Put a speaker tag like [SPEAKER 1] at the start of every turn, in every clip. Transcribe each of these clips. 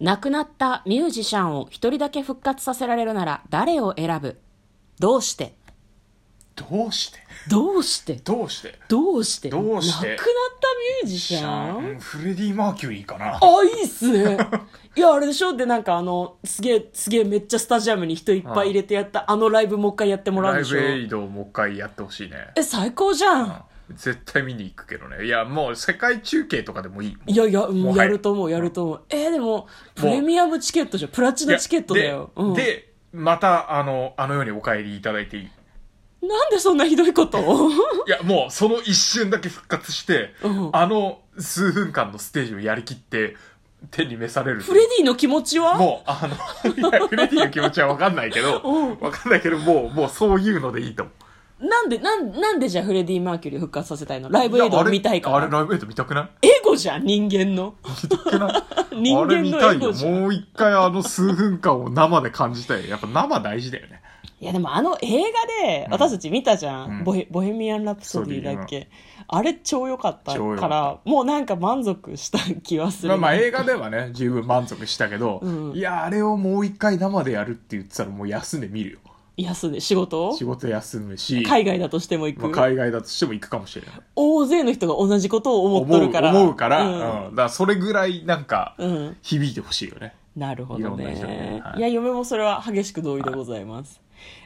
[SPEAKER 1] 亡くなったミュージシャンを一人だけ復活させられるなら誰を選ぶどうして
[SPEAKER 2] どうして
[SPEAKER 1] どうして
[SPEAKER 2] どうして
[SPEAKER 1] どうして
[SPEAKER 2] どうして
[SPEAKER 1] 亡くなったミュージシャン
[SPEAKER 2] うんフレディ・マーキュリーかな
[SPEAKER 1] あ、いいっす ね。いや、あれでしょで、なんかあの、すげえ、すげえ、めっちゃスタジアムに人いっぱい入れてやった、あのライブもう一回やってもらうん
[SPEAKER 2] ライ
[SPEAKER 1] でし
[SPEAKER 2] ブ
[SPEAKER 1] ょ
[SPEAKER 2] エイドをもう一回やってほしいね、
[SPEAKER 1] え、最高じゃん。
[SPEAKER 2] うん絶対見に行くけどねいやもう世界中継とかでもいい
[SPEAKER 1] いやいや、うん
[SPEAKER 2] もは
[SPEAKER 1] や
[SPEAKER 2] や
[SPEAKER 1] ると思う、やると思う。えーでも、プレミアムチケットじゃん。プラチナチケットだよ。
[SPEAKER 2] いやで,、
[SPEAKER 1] うん、
[SPEAKER 2] でまたあのあの世にお帰りいただいていい
[SPEAKER 1] なんでそんなひどいこと を
[SPEAKER 2] いや、もう、その一瞬だけ復活して、
[SPEAKER 1] うん
[SPEAKER 2] あの数分間のステージをやりきって、手に召される。
[SPEAKER 1] フレディの気持ちは
[SPEAKER 2] もう、あの、いや、フレディの気持ちはわかんないけど
[SPEAKER 1] うん、
[SPEAKER 2] わかんないけど、もう、もうそういうのでいいと思う。
[SPEAKER 1] なんで、なん、なんでじゃあフレディ・マーキュリーを復活させたいのライブエイドを見たいか
[SPEAKER 2] やあれ、あ
[SPEAKER 1] ら。
[SPEAKER 2] れライブエイド見たくない
[SPEAKER 1] エゴじゃん、人間の。
[SPEAKER 2] 見たくな い
[SPEAKER 1] 人間の
[SPEAKER 2] あれ見たい
[SPEAKER 1] エゴ
[SPEAKER 2] よ。
[SPEAKER 1] じゃん
[SPEAKER 2] もう一回あの数分間を生で感じたいよ。やっぱ生大事だよね。
[SPEAKER 1] いやでもあの映画で私たち見たじゃん、
[SPEAKER 2] うん
[SPEAKER 1] ボヘボヘミアン・ラプソディだっけあれ超良かった
[SPEAKER 2] 超良
[SPEAKER 1] か
[SPEAKER 2] から
[SPEAKER 1] もうなんか満足した気はする、
[SPEAKER 2] まあまあ映画ではね、十分満足したけど、
[SPEAKER 1] うん
[SPEAKER 2] いや、あれをもう一回生でやるって言ってたらもう休んで見るよ。
[SPEAKER 1] 休んで仕事
[SPEAKER 2] 仕事休むし。
[SPEAKER 1] 海外だとしても行
[SPEAKER 2] ま
[SPEAKER 1] く、
[SPEAKER 2] あ、海外だとしても行くかもしれない
[SPEAKER 1] 大勢の人が同じことを思っとるから
[SPEAKER 2] 思う思うから,、うんだからそれぐらいなんか
[SPEAKER 1] うん、うん
[SPEAKER 2] 響いてほしいよね
[SPEAKER 1] なるほど
[SPEAKER 2] いろんな人
[SPEAKER 1] ね
[SPEAKER 2] ね
[SPEAKER 1] い
[SPEAKER 2] はい
[SPEAKER 1] や嫁もそれは激しく同意でございます、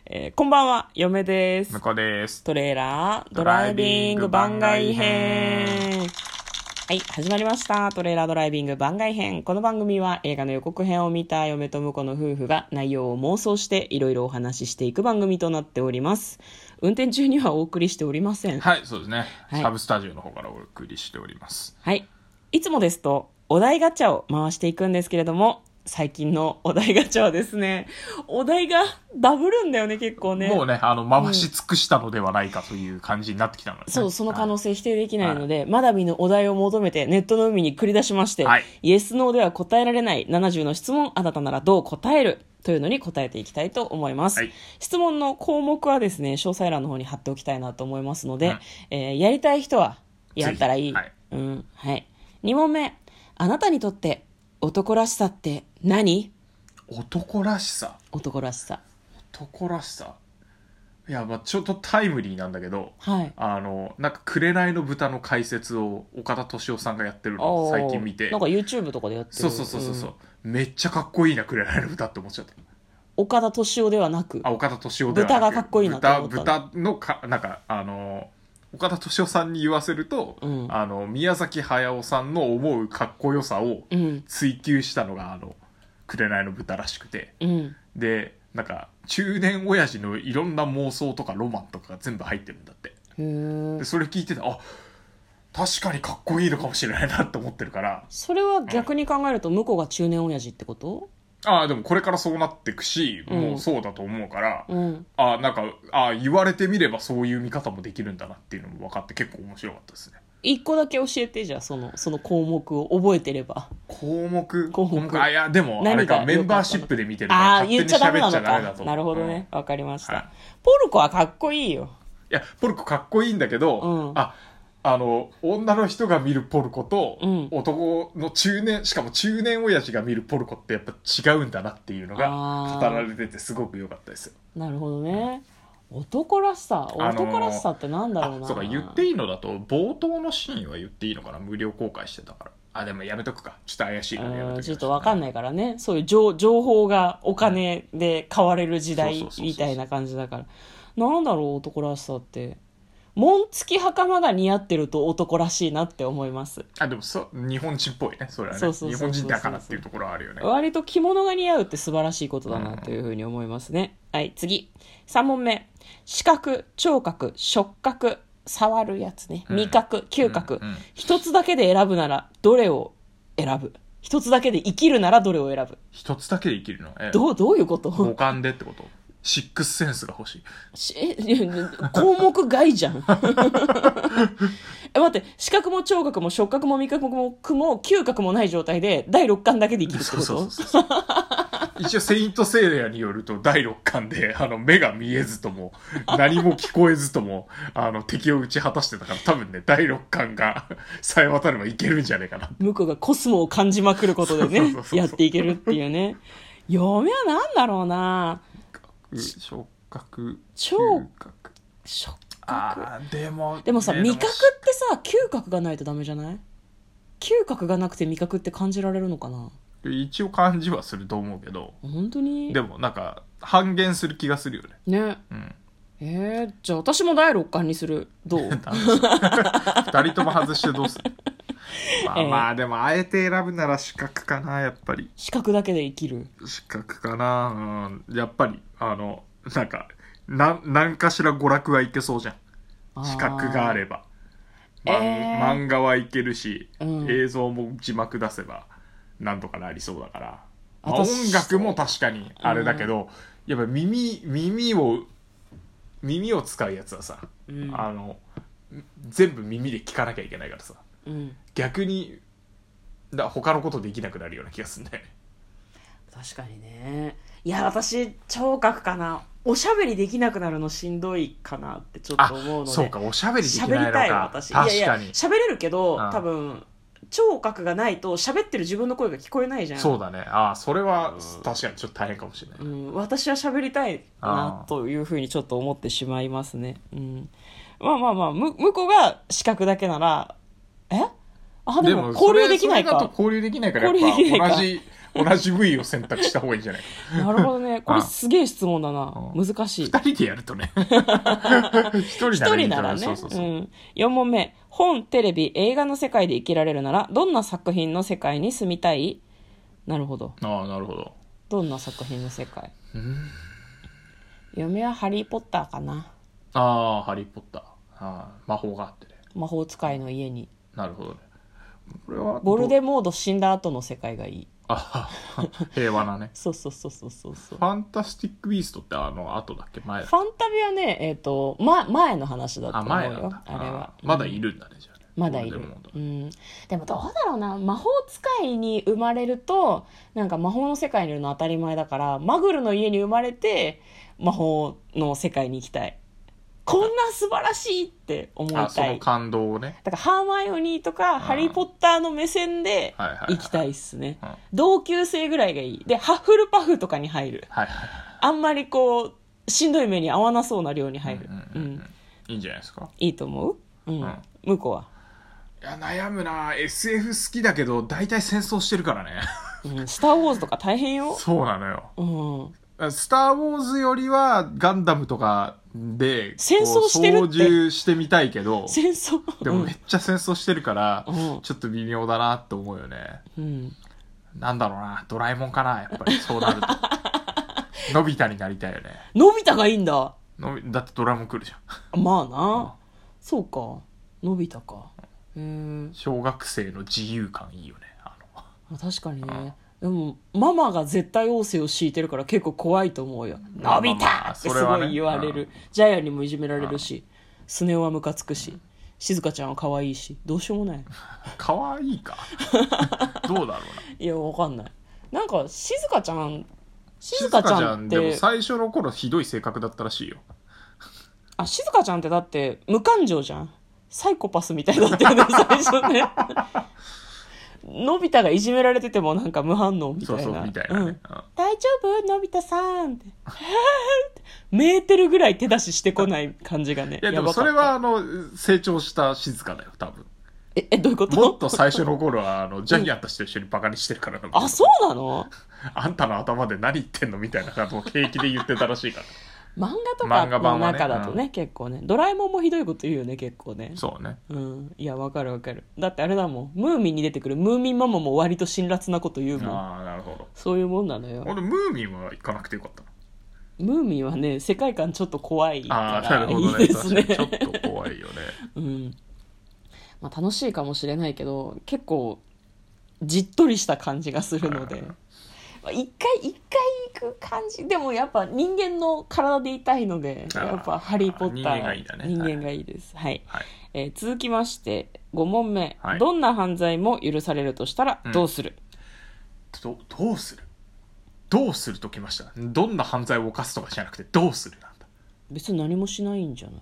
[SPEAKER 1] えーこんばんは嫁です
[SPEAKER 2] 向こうです
[SPEAKER 1] トレーラードライビング番外編。はい、始まりました。トレーラードライビング番外編。この番組は映画の予告編を見た嫁と婿の夫婦が内容を妄想していろいろお話ししていく番組となっております。運転中にはお送りしておりません。
[SPEAKER 2] はいそうですね、
[SPEAKER 1] はい
[SPEAKER 2] サブスタジオの方からお送りしております
[SPEAKER 1] はい。いつもですと、お題ガチャを回していくんですけれども、最近のお題ガチャはですね、お題がダブるんだよね、結構ね。
[SPEAKER 2] もうねあの回し尽くしたのではないかという感じになってきたので、ね
[SPEAKER 1] そう、その可
[SPEAKER 2] はい
[SPEAKER 1] 能性否定できないので、まだ見ぬお題を求めてネットの海に繰り出しまして、
[SPEAKER 2] はい
[SPEAKER 1] イエス・ノーでは答えられない70の質問、あなたならどう答えるというのに答えていきたいと思います。
[SPEAKER 2] はい
[SPEAKER 1] 質問の項目はですね、詳細欄の方に貼っておきたいなと思いますので、
[SPEAKER 2] うん
[SPEAKER 1] えーやりたい人はやったらいい。
[SPEAKER 2] ぜひはい
[SPEAKER 1] うん、はい。2問目、あなたにとって男らしさって何
[SPEAKER 2] 男らしさ
[SPEAKER 1] 男らしさ。
[SPEAKER 2] 男らしさいやまあちょっとタイムリーなんだけど
[SPEAKER 1] はい。
[SPEAKER 2] あのなんか「紅の豚」の解説を岡田敏夫さんがやってるのを最近見
[SPEAKER 1] あ
[SPEAKER 2] て
[SPEAKER 1] ーなんか YouTube とかでやってる。、
[SPEAKER 2] そうそうそうそうそううんめっちゃかっこいいな「紅の豚」って思っちゃった
[SPEAKER 1] 岡田敏夫ではなく。
[SPEAKER 2] あ岡田敏夫ではなく
[SPEAKER 1] 豚がかっこいいなと思った
[SPEAKER 2] 豚豚のかなんかあの岡田敏夫さんに言わせると、
[SPEAKER 1] うん
[SPEAKER 2] あの宮崎駿さんの思うかっこよさを
[SPEAKER 1] うん。
[SPEAKER 2] 追求したのが「あの紅の豚」らしくて
[SPEAKER 1] うん。
[SPEAKER 2] でなんか中年親父のいろんな妄想とかロマンとかが全部入ってるんだって
[SPEAKER 1] へー
[SPEAKER 2] でそれ聞いててあ確かにかっこいいのかもしれないなって思ってるから
[SPEAKER 1] それは逆に考えると向こうが中年親父ってこと
[SPEAKER 2] ああでもこれからそうなってくし、もうそうだと思うから、
[SPEAKER 1] うん
[SPEAKER 2] あなんかあ言われてみればそういう見方もできるんだなっていうのも分かって結構面白かったですね
[SPEAKER 1] 一個だけ教えてじゃあそのその項目を覚えてれば
[SPEAKER 2] 項目
[SPEAKER 1] 項目
[SPEAKER 2] あいやでも
[SPEAKER 1] 何が
[SPEAKER 2] あれ
[SPEAKER 1] 良かっ
[SPEAKER 2] か
[SPEAKER 1] たの
[SPEAKER 2] メンバーシップで見てるから
[SPEAKER 1] ああ
[SPEAKER 2] 勝手
[SPEAKER 1] 言っ
[SPEAKER 2] に
[SPEAKER 1] ちゃダメ
[SPEAKER 2] 喋
[SPEAKER 1] な
[SPEAKER 2] っち
[SPEAKER 1] の
[SPEAKER 2] ゃダメ
[SPEAKER 1] か
[SPEAKER 2] だと思う
[SPEAKER 1] なるほど
[SPEAKER 2] うんい
[SPEAKER 1] ねわ、かりました、
[SPEAKER 2] はい
[SPEAKER 1] ポルコはかっこいいよ
[SPEAKER 2] やポルコかっこいいんだけど、
[SPEAKER 1] うん
[SPEAKER 2] ああの女の人が見るポルコと、
[SPEAKER 1] うん
[SPEAKER 2] 男の中年しかも中年親父が見るポルコってやっぱ違うんだなっていうのが
[SPEAKER 1] あー
[SPEAKER 2] 語られててすごく良かったですよ
[SPEAKER 1] なるほどね男らしさ
[SPEAKER 2] あのー
[SPEAKER 1] 男らしさってなんだろうな、
[SPEAKER 2] あそうか言っていいのだと冒頭のシーンは言っていいのかな無料公開してたからあでもやめとくかちょっと怪しいからやめ
[SPEAKER 1] う
[SPEAKER 2] と
[SPEAKER 1] ん
[SPEAKER 2] き
[SPEAKER 1] ちょっとわかん
[SPEAKER 2] い
[SPEAKER 1] ないからねそういう情情報がお金で買われる時
[SPEAKER 2] そう
[SPEAKER 1] 代
[SPEAKER 2] そうそうそう
[SPEAKER 1] みたいな感じだからなんだろう男らしさって紋付き袴が似合ってると男らしいなって思います
[SPEAKER 2] あでもそう日本人っぽいねそれはね
[SPEAKER 1] そうそうそうそうそう
[SPEAKER 2] 日本人だからっていうところはあるよね
[SPEAKER 1] 割と着物が似合うって素晴らしいことだなというふうに思いますね、はい次3問目視覚聴覚触覚触るやつね
[SPEAKER 2] うん
[SPEAKER 1] 味覚、嗅覚
[SPEAKER 2] うんうん
[SPEAKER 1] 一、つだけで選ぶならどれを選ぶ一つだけで生きるならどれを選ぶ
[SPEAKER 2] 一つだけで生きるのえ
[SPEAKER 1] どうどういうこと
[SPEAKER 2] 五感でってことシックスセンスが欲しい
[SPEAKER 1] し え項目外じゃん え待って視覚も聴覚も触覚も味覚も嗅覚も嗅覚もない状態で第六感だけで生きるって
[SPEAKER 2] そ
[SPEAKER 1] こ
[SPEAKER 2] う
[SPEAKER 1] と
[SPEAKER 2] そうそうそう 一応、セイント・セイヤによると、第6巻で、あの、目が見えずとも、何も聞こえずとも、あの、敵を打ち果たしてたから、多分ね、第6巻が、 さえ渡ればいけるんじゃねえかな。
[SPEAKER 1] 向こうがコスモを感じまくることで
[SPEAKER 2] そう
[SPEAKER 1] ね
[SPEAKER 2] そうそうそう
[SPEAKER 1] やっていけるっていうね嫁はなんだろうな
[SPEAKER 2] 触覚。
[SPEAKER 1] 超
[SPEAKER 2] 嗅覚。
[SPEAKER 1] 触覚
[SPEAKER 2] あーでも、
[SPEAKER 1] でもさ
[SPEAKER 2] ね
[SPEAKER 1] 味覚ってさ嗅覚がないとダメじゃない嗅覚がなくて味覚って感じられるのかな
[SPEAKER 2] 一応感じはすると思うけど、
[SPEAKER 1] 本当に
[SPEAKER 2] でもなんか、半減する気がするよね。
[SPEAKER 1] ね
[SPEAKER 2] うん。
[SPEAKER 1] えー、じゃあ私も第6巻にするど う
[SPEAKER 2] 二人とも外してどうす るまあ
[SPEAKER 1] ええ
[SPEAKER 2] まあ、でも、あえて選ぶなら視覚かな、やっぱり。
[SPEAKER 1] 視覚だけで生きる
[SPEAKER 2] 失格かな、うん、やっぱりあのなんかなん何かしら娯楽はいけそうじゃん資格があれば
[SPEAKER 1] え
[SPEAKER 2] まん
[SPEAKER 1] ー
[SPEAKER 2] 漫画はいけるし、
[SPEAKER 1] うん
[SPEAKER 2] 映像も字幕出せばなんとかなりそうだから、まあ
[SPEAKER 1] 私
[SPEAKER 2] 音楽も確かにあれだけど、やっぱ耳耳を耳を使うやつはさ、
[SPEAKER 1] うん
[SPEAKER 2] あの全部耳で聞かなきゃいけないからさ
[SPEAKER 1] うん
[SPEAKER 2] 逆にだ他のことできなくなるような気がするんだよね
[SPEAKER 1] 確かにねいや私聴覚かなおしゃべりできなくなるのしんどいかなってちょっと思うので
[SPEAKER 2] そうかおしゃべりできないの
[SPEAKER 1] 喋
[SPEAKER 2] か
[SPEAKER 1] りたい私
[SPEAKER 2] 確かに
[SPEAKER 1] いやいや喋れるけど、
[SPEAKER 2] うん
[SPEAKER 1] 多分聴覚がないと喋ってる自分の声が聞こえないじゃん
[SPEAKER 2] そうだねああそれは
[SPEAKER 1] うん
[SPEAKER 2] 確かにちょっと大変かもしれない、
[SPEAKER 1] うん、私は喋りたいなというふうにちょっと思ってしまいますね。うん、まあまあまあ、む向こうが視覚だけなら、えあ、でも交流できない
[SPEAKER 2] それだ
[SPEAKER 1] か
[SPEAKER 2] と。交流できないからや
[SPEAKER 1] 交流でき
[SPEAKER 2] っ
[SPEAKER 1] ないか
[SPEAKER 2] ぱ同じ同じ部位を選択した方がいいん じゃないか
[SPEAKER 1] なるほどね。こ れすげえ質問だな。
[SPEAKER 2] う
[SPEAKER 1] 難
[SPEAKER 2] ん
[SPEAKER 1] しい。
[SPEAKER 2] 2人でやる とね
[SPEAKER 1] 一
[SPEAKER 2] 一人ならいい
[SPEAKER 1] 人
[SPEAKER 2] んじ
[SPEAKER 1] な
[SPEAKER 2] ゃな
[SPEAKER 1] ら
[SPEAKER 2] い
[SPEAKER 1] ね。
[SPEAKER 2] そうそうそう、
[SPEAKER 1] うん。4問目。本、テレビ、映画の世界で生きられるなら、どんな作品の世界に住みたいなるほど。
[SPEAKER 2] ああなるほど
[SPEAKER 1] どんな作品の世界嫁はハリー・ポッターかな。
[SPEAKER 2] ああハリー・ポッターああ魔法があってね
[SPEAKER 1] 魔法使いの家に。
[SPEAKER 2] なるほどねこれは
[SPEAKER 1] ボルデ
[SPEAKER 2] どう
[SPEAKER 1] モード死んだ後の世界がいい。
[SPEAKER 2] あ平和なね
[SPEAKER 1] そうそうそうそうそうそう。
[SPEAKER 2] ファンタスティック・ビーストってあの後だっけ前だっ
[SPEAKER 1] ファンタビはね、えっ、と、ま、前の話だ
[SPEAKER 2] け
[SPEAKER 1] と
[SPEAKER 2] あ
[SPEAKER 1] 思う
[SPEAKER 2] 前なん
[SPEAKER 1] よ
[SPEAKER 2] だ。
[SPEAKER 1] あれは
[SPEAKER 2] あ。ーまだ
[SPEAKER 1] うん
[SPEAKER 2] いるんだねじゃあね
[SPEAKER 1] まだいる
[SPEAKER 2] ボルデモート。
[SPEAKER 1] うん。でもどうだろうな。魔法使いに生まれると、なんか魔法の世界にいるの当たり前だから、マグルの家に生まれて、魔法の世界に行きたい。こんな素晴らしいって思い
[SPEAKER 2] あそ
[SPEAKER 1] た
[SPEAKER 2] の
[SPEAKER 1] い。
[SPEAKER 2] 感動をね
[SPEAKER 1] だからハーマイオニーとか、ハリー・ポッターの目線で
[SPEAKER 2] はいはいはい
[SPEAKER 1] 行きたいっすね
[SPEAKER 2] うん。
[SPEAKER 1] 同級生ぐらいがいい。で、ハッフルパフとかに入る。
[SPEAKER 2] はいはい
[SPEAKER 1] あんまりこう、しんどい目に合わなそうな量に入る。う
[SPEAKER 2] う
[SPEAKER 1] んん
[SPEAKER 2] うんうんいいんじゃないですか
[SPEAKER 1] いいと思ううん。
[SPEAKER 2] うん
[SPEAKER 1] 向こうは。
[SPEAKER 2] いや悩むな SF 好きだけど大体戦争してるからね
[SPEAKER 1] うん。スター・ウォーズとか大変よ。
[SPEAKER 2] そうなのよ
[SPEAKER 1] うん。
[SPEAKER 2] 「スター・ウォーズ」よりはガンダムとかで
[SPEAKER 1] 戦争してるって
[SPEAKER 2] こう操縦してみたいけど
[SPEAKER 1] 戦争。
[SPEAKER 2] でもめっちゃ戦争してるから、
[SPEAKER 1] うん
[SPEAKER 2] ちょっと微妙だなって思うよね
[SPEAKER 1] うん。うん。
[SPEAKER 2] なんだろうなドラえもんかなやっぱりそうな るとのび太になりたいよね
[SPEAKER 1] のび太がいいんだ。
[SPEAKER 2] のびだってドラえもん来るじゃん
[SPEAKER 1] まあな。そうか。のび太か。へえ。
[SPEAKER 2] 小学生の自由感いいよねあの
[SPEAKER 1] まあ確かにね。でも、ママが絶対応勢を敷いてるから結構怖いと思うよ。
[SPEAKER 2] まあ
[SPEAKER 1] のび太
[SPEAKER 2] まあまあ
[SPEAKER 1] って
[SPEAKER 2] そ
[SPEAKER 1] す
[SPEAKER 2] れは
[SPEAKER 1] ご
[SPEAKER 2] ね
[SPEAKER 1] い言われる。
[SPEAKER 2] うん
[SPEAKER 1] ジャイアンにもいじめられるし、スネ夫はムカつくし、静香ちゃんは可愛いし、どうしようもない。
[SPEAKER 2] 可愛 いかどうだろうない
[SPEAKER 1] や、わかんない。なんか、静香ちゃん、
[SPEAKER 2] 静
[SPEAKER 1] 静
[SPEAKER 2] 香
[SPEAKER 1] 香
[SPEAKER 2] ち
[SPEAKER 1] ち
[SPEAKER 2] ゃ
[SPEAKER 1] ゃ
[SPEAKER 2] ん
[SPEAKER 1] んっ
[SPEAKER 2] でも
[SPEAKER 1] て、
[SPEAKER 2] 最初の頃ひどい性格だったらしいよ
[SPEAKER 1] あ、静香ちゃんってだって、無感情じゃん。サイコパスみたいだったよね、最初ね。のび太がいじめられててもなんか無反応みたい
[SPEAKER 2] そう
[SPEAKER 1] な。
[SPEAKER 2] そうみたいな
[SPEAKER 1] う
[SPEAKER 2] ね
[SPEAKER 1] ん、大丈夫のび太さんって。 メーテルぐらい手出ししてこない感じがね。
[SPEAKER 2] うんいやでも
[SPEAKER 1] ばか
[SPEAKER 2] そ
[SPEAKER 1] った
[SPEAKER 2] れはあの成長した静香だよ多分
[SPEAKER 1] え、え、どういうこと
[SPEAKER 2] もっと最初の頃はあのジャイアンたちと一緒にバカにしてるから
[SPEAKER 1] あ、そうなの
[SPEAKER 2] あんたの頭で何言ってんのみたいなことを平気で言ってたらしい か
[SPEAKER 1] 漫画
[SPEAKER 2] 漫画
[SPEAKER 1] とか
[SPEAKER 2] 版
[SPEAKER 1] の
[SPEAKER 2] はね
[SPEAKER 1] 中だとね、結構ね。ドラえもんもひどいこと言うよね、結構ね
[SPEAKER 2] ら。そうね
[SPEAKER 1] うん、いやわかるわかるだってあれだもんムーミンに出てくるムーミンママも割と辛辣なこと言うもん
[SPEAKER 2] ああなるほど
[SPEAKER 1] そういうもんなのよ
[SPEAKER 2] 俺ムーミンは行かなくてよかったな
[SPEAKER 1] ムーミンはね世界観ちょっと怖い
[SPEAKER 2] あ
[SPEAKER 1] か
[SPEAKER 2] あな
[SPEAKER 1] ら
[SPEAKER 2] る
[SPEAKER 1] い
[SPEAKER 2] ほど
[SPEAKER 1] い
[SPEAKER 2] ね
[SPEAKER 1] ですね
[SPEAKER 2] 確かにちょっと怖いよね
[SPEAKER 1] うんまあ、楽しいかもしれないけど結構じっとりした感じがするので、まあ、一回一回行く感じでもやっぱ人間の体でいたいので
[SPEAKER 2] あー
[SPEAKER 1] やっぱ「ハリー・ポッター」
[SPEAKER 2] 人間がいいんだね
[SPEAKER 1] 人間がいいです、はい
[SPEAKER 2] はい
[SPEAKER 1] えー続きまして5問目、
[SPEAKER 2] はい
[SPEAKER 1] どんな犯罪も許されるとしたらどうする、
[SPEAKER 2] どどうするどうするときましたどんな犯罪を犯すとかじゃなくてどうするなんだ
[SPEAKER 1] 別に何もしないんじゃない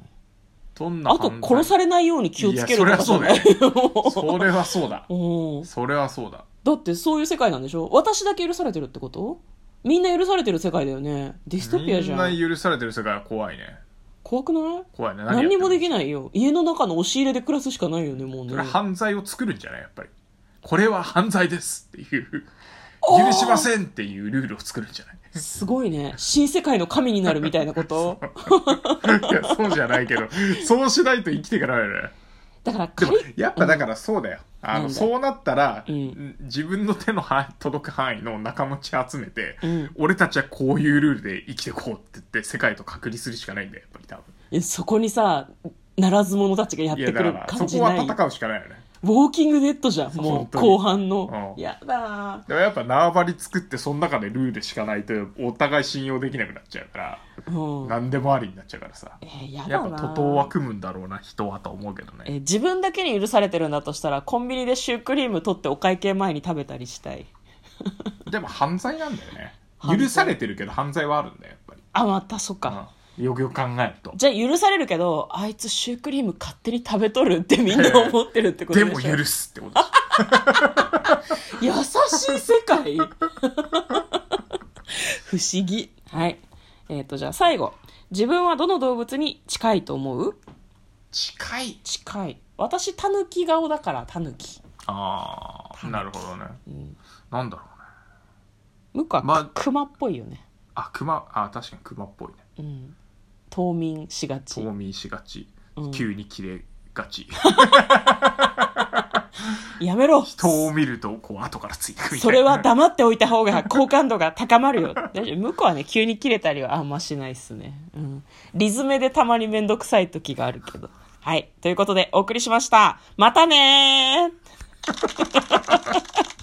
[SPEAKER 2] どんな
[SPEAKER 1] あ
[SPEAKER 2] 犯
[SPEAKER 1] と
[SPEAKER 2] 罪
[SPEAKER 1] 殺されないように気をつけるとかじゃない
[SPEAKER 2] いやそれ
[SPEAKER 1] よ
[SPEAKER 2] それはそうだ
[SPEAKER 1] うん
[SPEAKER 2] それはそうだ
[SPEAKER 1] だってそういう世界なんでしょ私だけ許されてるってことみんな許されてる世界だよねディストピアじゃん
[SPEAKER 2] みんな許されてる世界は怖いね
[SPEAKER 1] 怖くない
[SPEAKER 2] 怖いね
[SPEAKER 1] 何にもで
[SPEAKER 2] ない
[SPEAKER 1] きないよ家の中の押し入れで暮らすしかないよねもうね
[SPEAKER 2] それは犯罪を作るんじゃないやっぱりこれは犯罪ですっていう
[SPEAKER 1] おー
[SPEAKER 2] 許しませんっていうルールを作るんじゃない
[SPEAKER 1] すごいね新世界の神になるみたいなこと
[SPEAKER 2] いやそうじゃないけどそうしないと生きていかないよね
[SPEAKER 1] だから
[SPEAKER 2] で
[SPEAKER 1] 仮
[SPEAKER 2] もやっぱだからそうだよ、
[SPEAKER 1] な
[SPEAKER 2] あ
[SPEAKER 1] ん
[SPEAKER 2] の
[SPEAKER 1] だ
[SPEAKER 2] そうなったら、
[SPEAKER 1] うん
[SPEAKER 2] 自分の手の範囲届く範囲の仲間ち集めて、
[SPEAKER 1] うん
[SPEAKER 2] 俺たちはこういうルールで生きてこうって言って世界と隔離するしかないんだよやっぱり多分
[SPEAKER 1] えそこにさならず者たちがやっ
[SPEAKER 2] い
[SPEAKER 1] て
[SPEAKER 2] や
[SPEAKER 1] く
[SPEAKER 2] だ
[SPEAKER 1] る
[SPEAKER 2] から
[SPEAKER 1] 感
[SPEAKER 2] そ
[SPEAKER 1] じ
[SPEAKER 2] こ
[SPEAKER 1] ない
[SPEAKER 2] は
[SPEAKER 1] ウォ
[SPEAKER 2] 戦うしかないよね
[SPEAKER 1] ーキングデッドじゃんも
[SPEAKER 2] 本
[SPEAKER 1] う
[SPEAKER 2] 当に
[SPEAKER 1] 後半の
[SPEAKER 2] うん
[SPEAKER 1] やだー
[SPEAKER 2] でもやっぱ縄張り作ってその中でルールしかないとお互い信用できなくなっちゃうから、
[SPEAKER 1] うん
[SPEAKER 2] 何でもありになっちゃうからさ
[SPEAKER 1] えーやだ
[SPEAKER 2] やっ
[SPEAKER 1] な
[SPEAKER 2] ぱ徒党は組むんだろうな人はと思うけどね
[SPEAKER 1] えー自分だけに許されてるんだとしたらコンビニでシュークリーム取ってお会計前に食べたりしたい
[SPEAKER 2] でも犯罪なんだよね
[SPEAKER 1] 犯罪
[SPEAKER 2] 許されてるけど犯罪はあるんだよやっぱり
[SPEAKER 1] あまたそっか、
[SPEAKER 2] うんよくよく考えると
[SPEAKER 1] じゃあ許されるけどあいつシュークリーム勝手に食べとるってみんな思ってるってこと
[SPEAKER 2] で
[SPEAKER 1] でし
[SPEAKER 2] も
[SPEAKER 1] ょ
[SPEAKER 2] 許すってことでしょ
[SPEAKER 1] 優しい世界 不思議はいえっ、とじゃあ最後自分はどの動物に近いと思う
[SPEAKER 2] 近い
[SPEAKER 1] 近い私タヌキ顔だからタヌキ
[SPEAKER 2] ああなるほどね、なんだろうね
[SPEAKER 1] 向こう
[SPEAKER 2] ま
[SPEAKER 1] は
[SPEAKER 2] あ
[SPEAKER 1] クマっぽいよね、
[SPEAKER 2] あ熊あ確かに熊っぽいね
[SPEAKER 1] うん冬眠しがち
[SPEAKER 2] 冬眠しがち、
[SPEAKER 1] うん
[SPEAKER 2] 急に切れが ち
[SPEAKER 1] やめろ
[SPEAKER 2] 人を見るとこう後からついてくみたいな
[SPEAKER 1] それは黙っておいた方が好感度が高まるよ。大丈夫。向こうはね、急に切れたりはあんましないっすね。うん。リズムでたまにめんどくさい時があるけど。はい。ということで、お送りしました。またねー